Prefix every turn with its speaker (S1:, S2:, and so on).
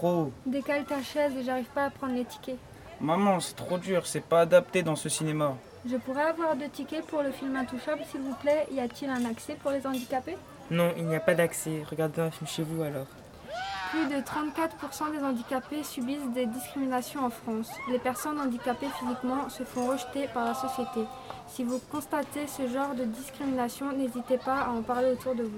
S1: trop.
S2: Décale ta chaise et j'arrive pas à prendre les tickets.
S1: Maman, c'est trop dur, c'est pas adapté dans ce cinéma.
S2: Je pourrais avoir deux tickets pour le film Intouchable, s'il vous plaît. Y a-t-il un accès pour les handicapés
S3: Non, il n'y a pas d'accès. Regardez un film chez vous alors.
S2: Plus de 34% des handicapés subissent des discriminations en France. Les personnes handicapées physiquement se font rejeter par la société. Si vous constatez ce genre de discrimination, n'hésitez pas à en parler autour de vous.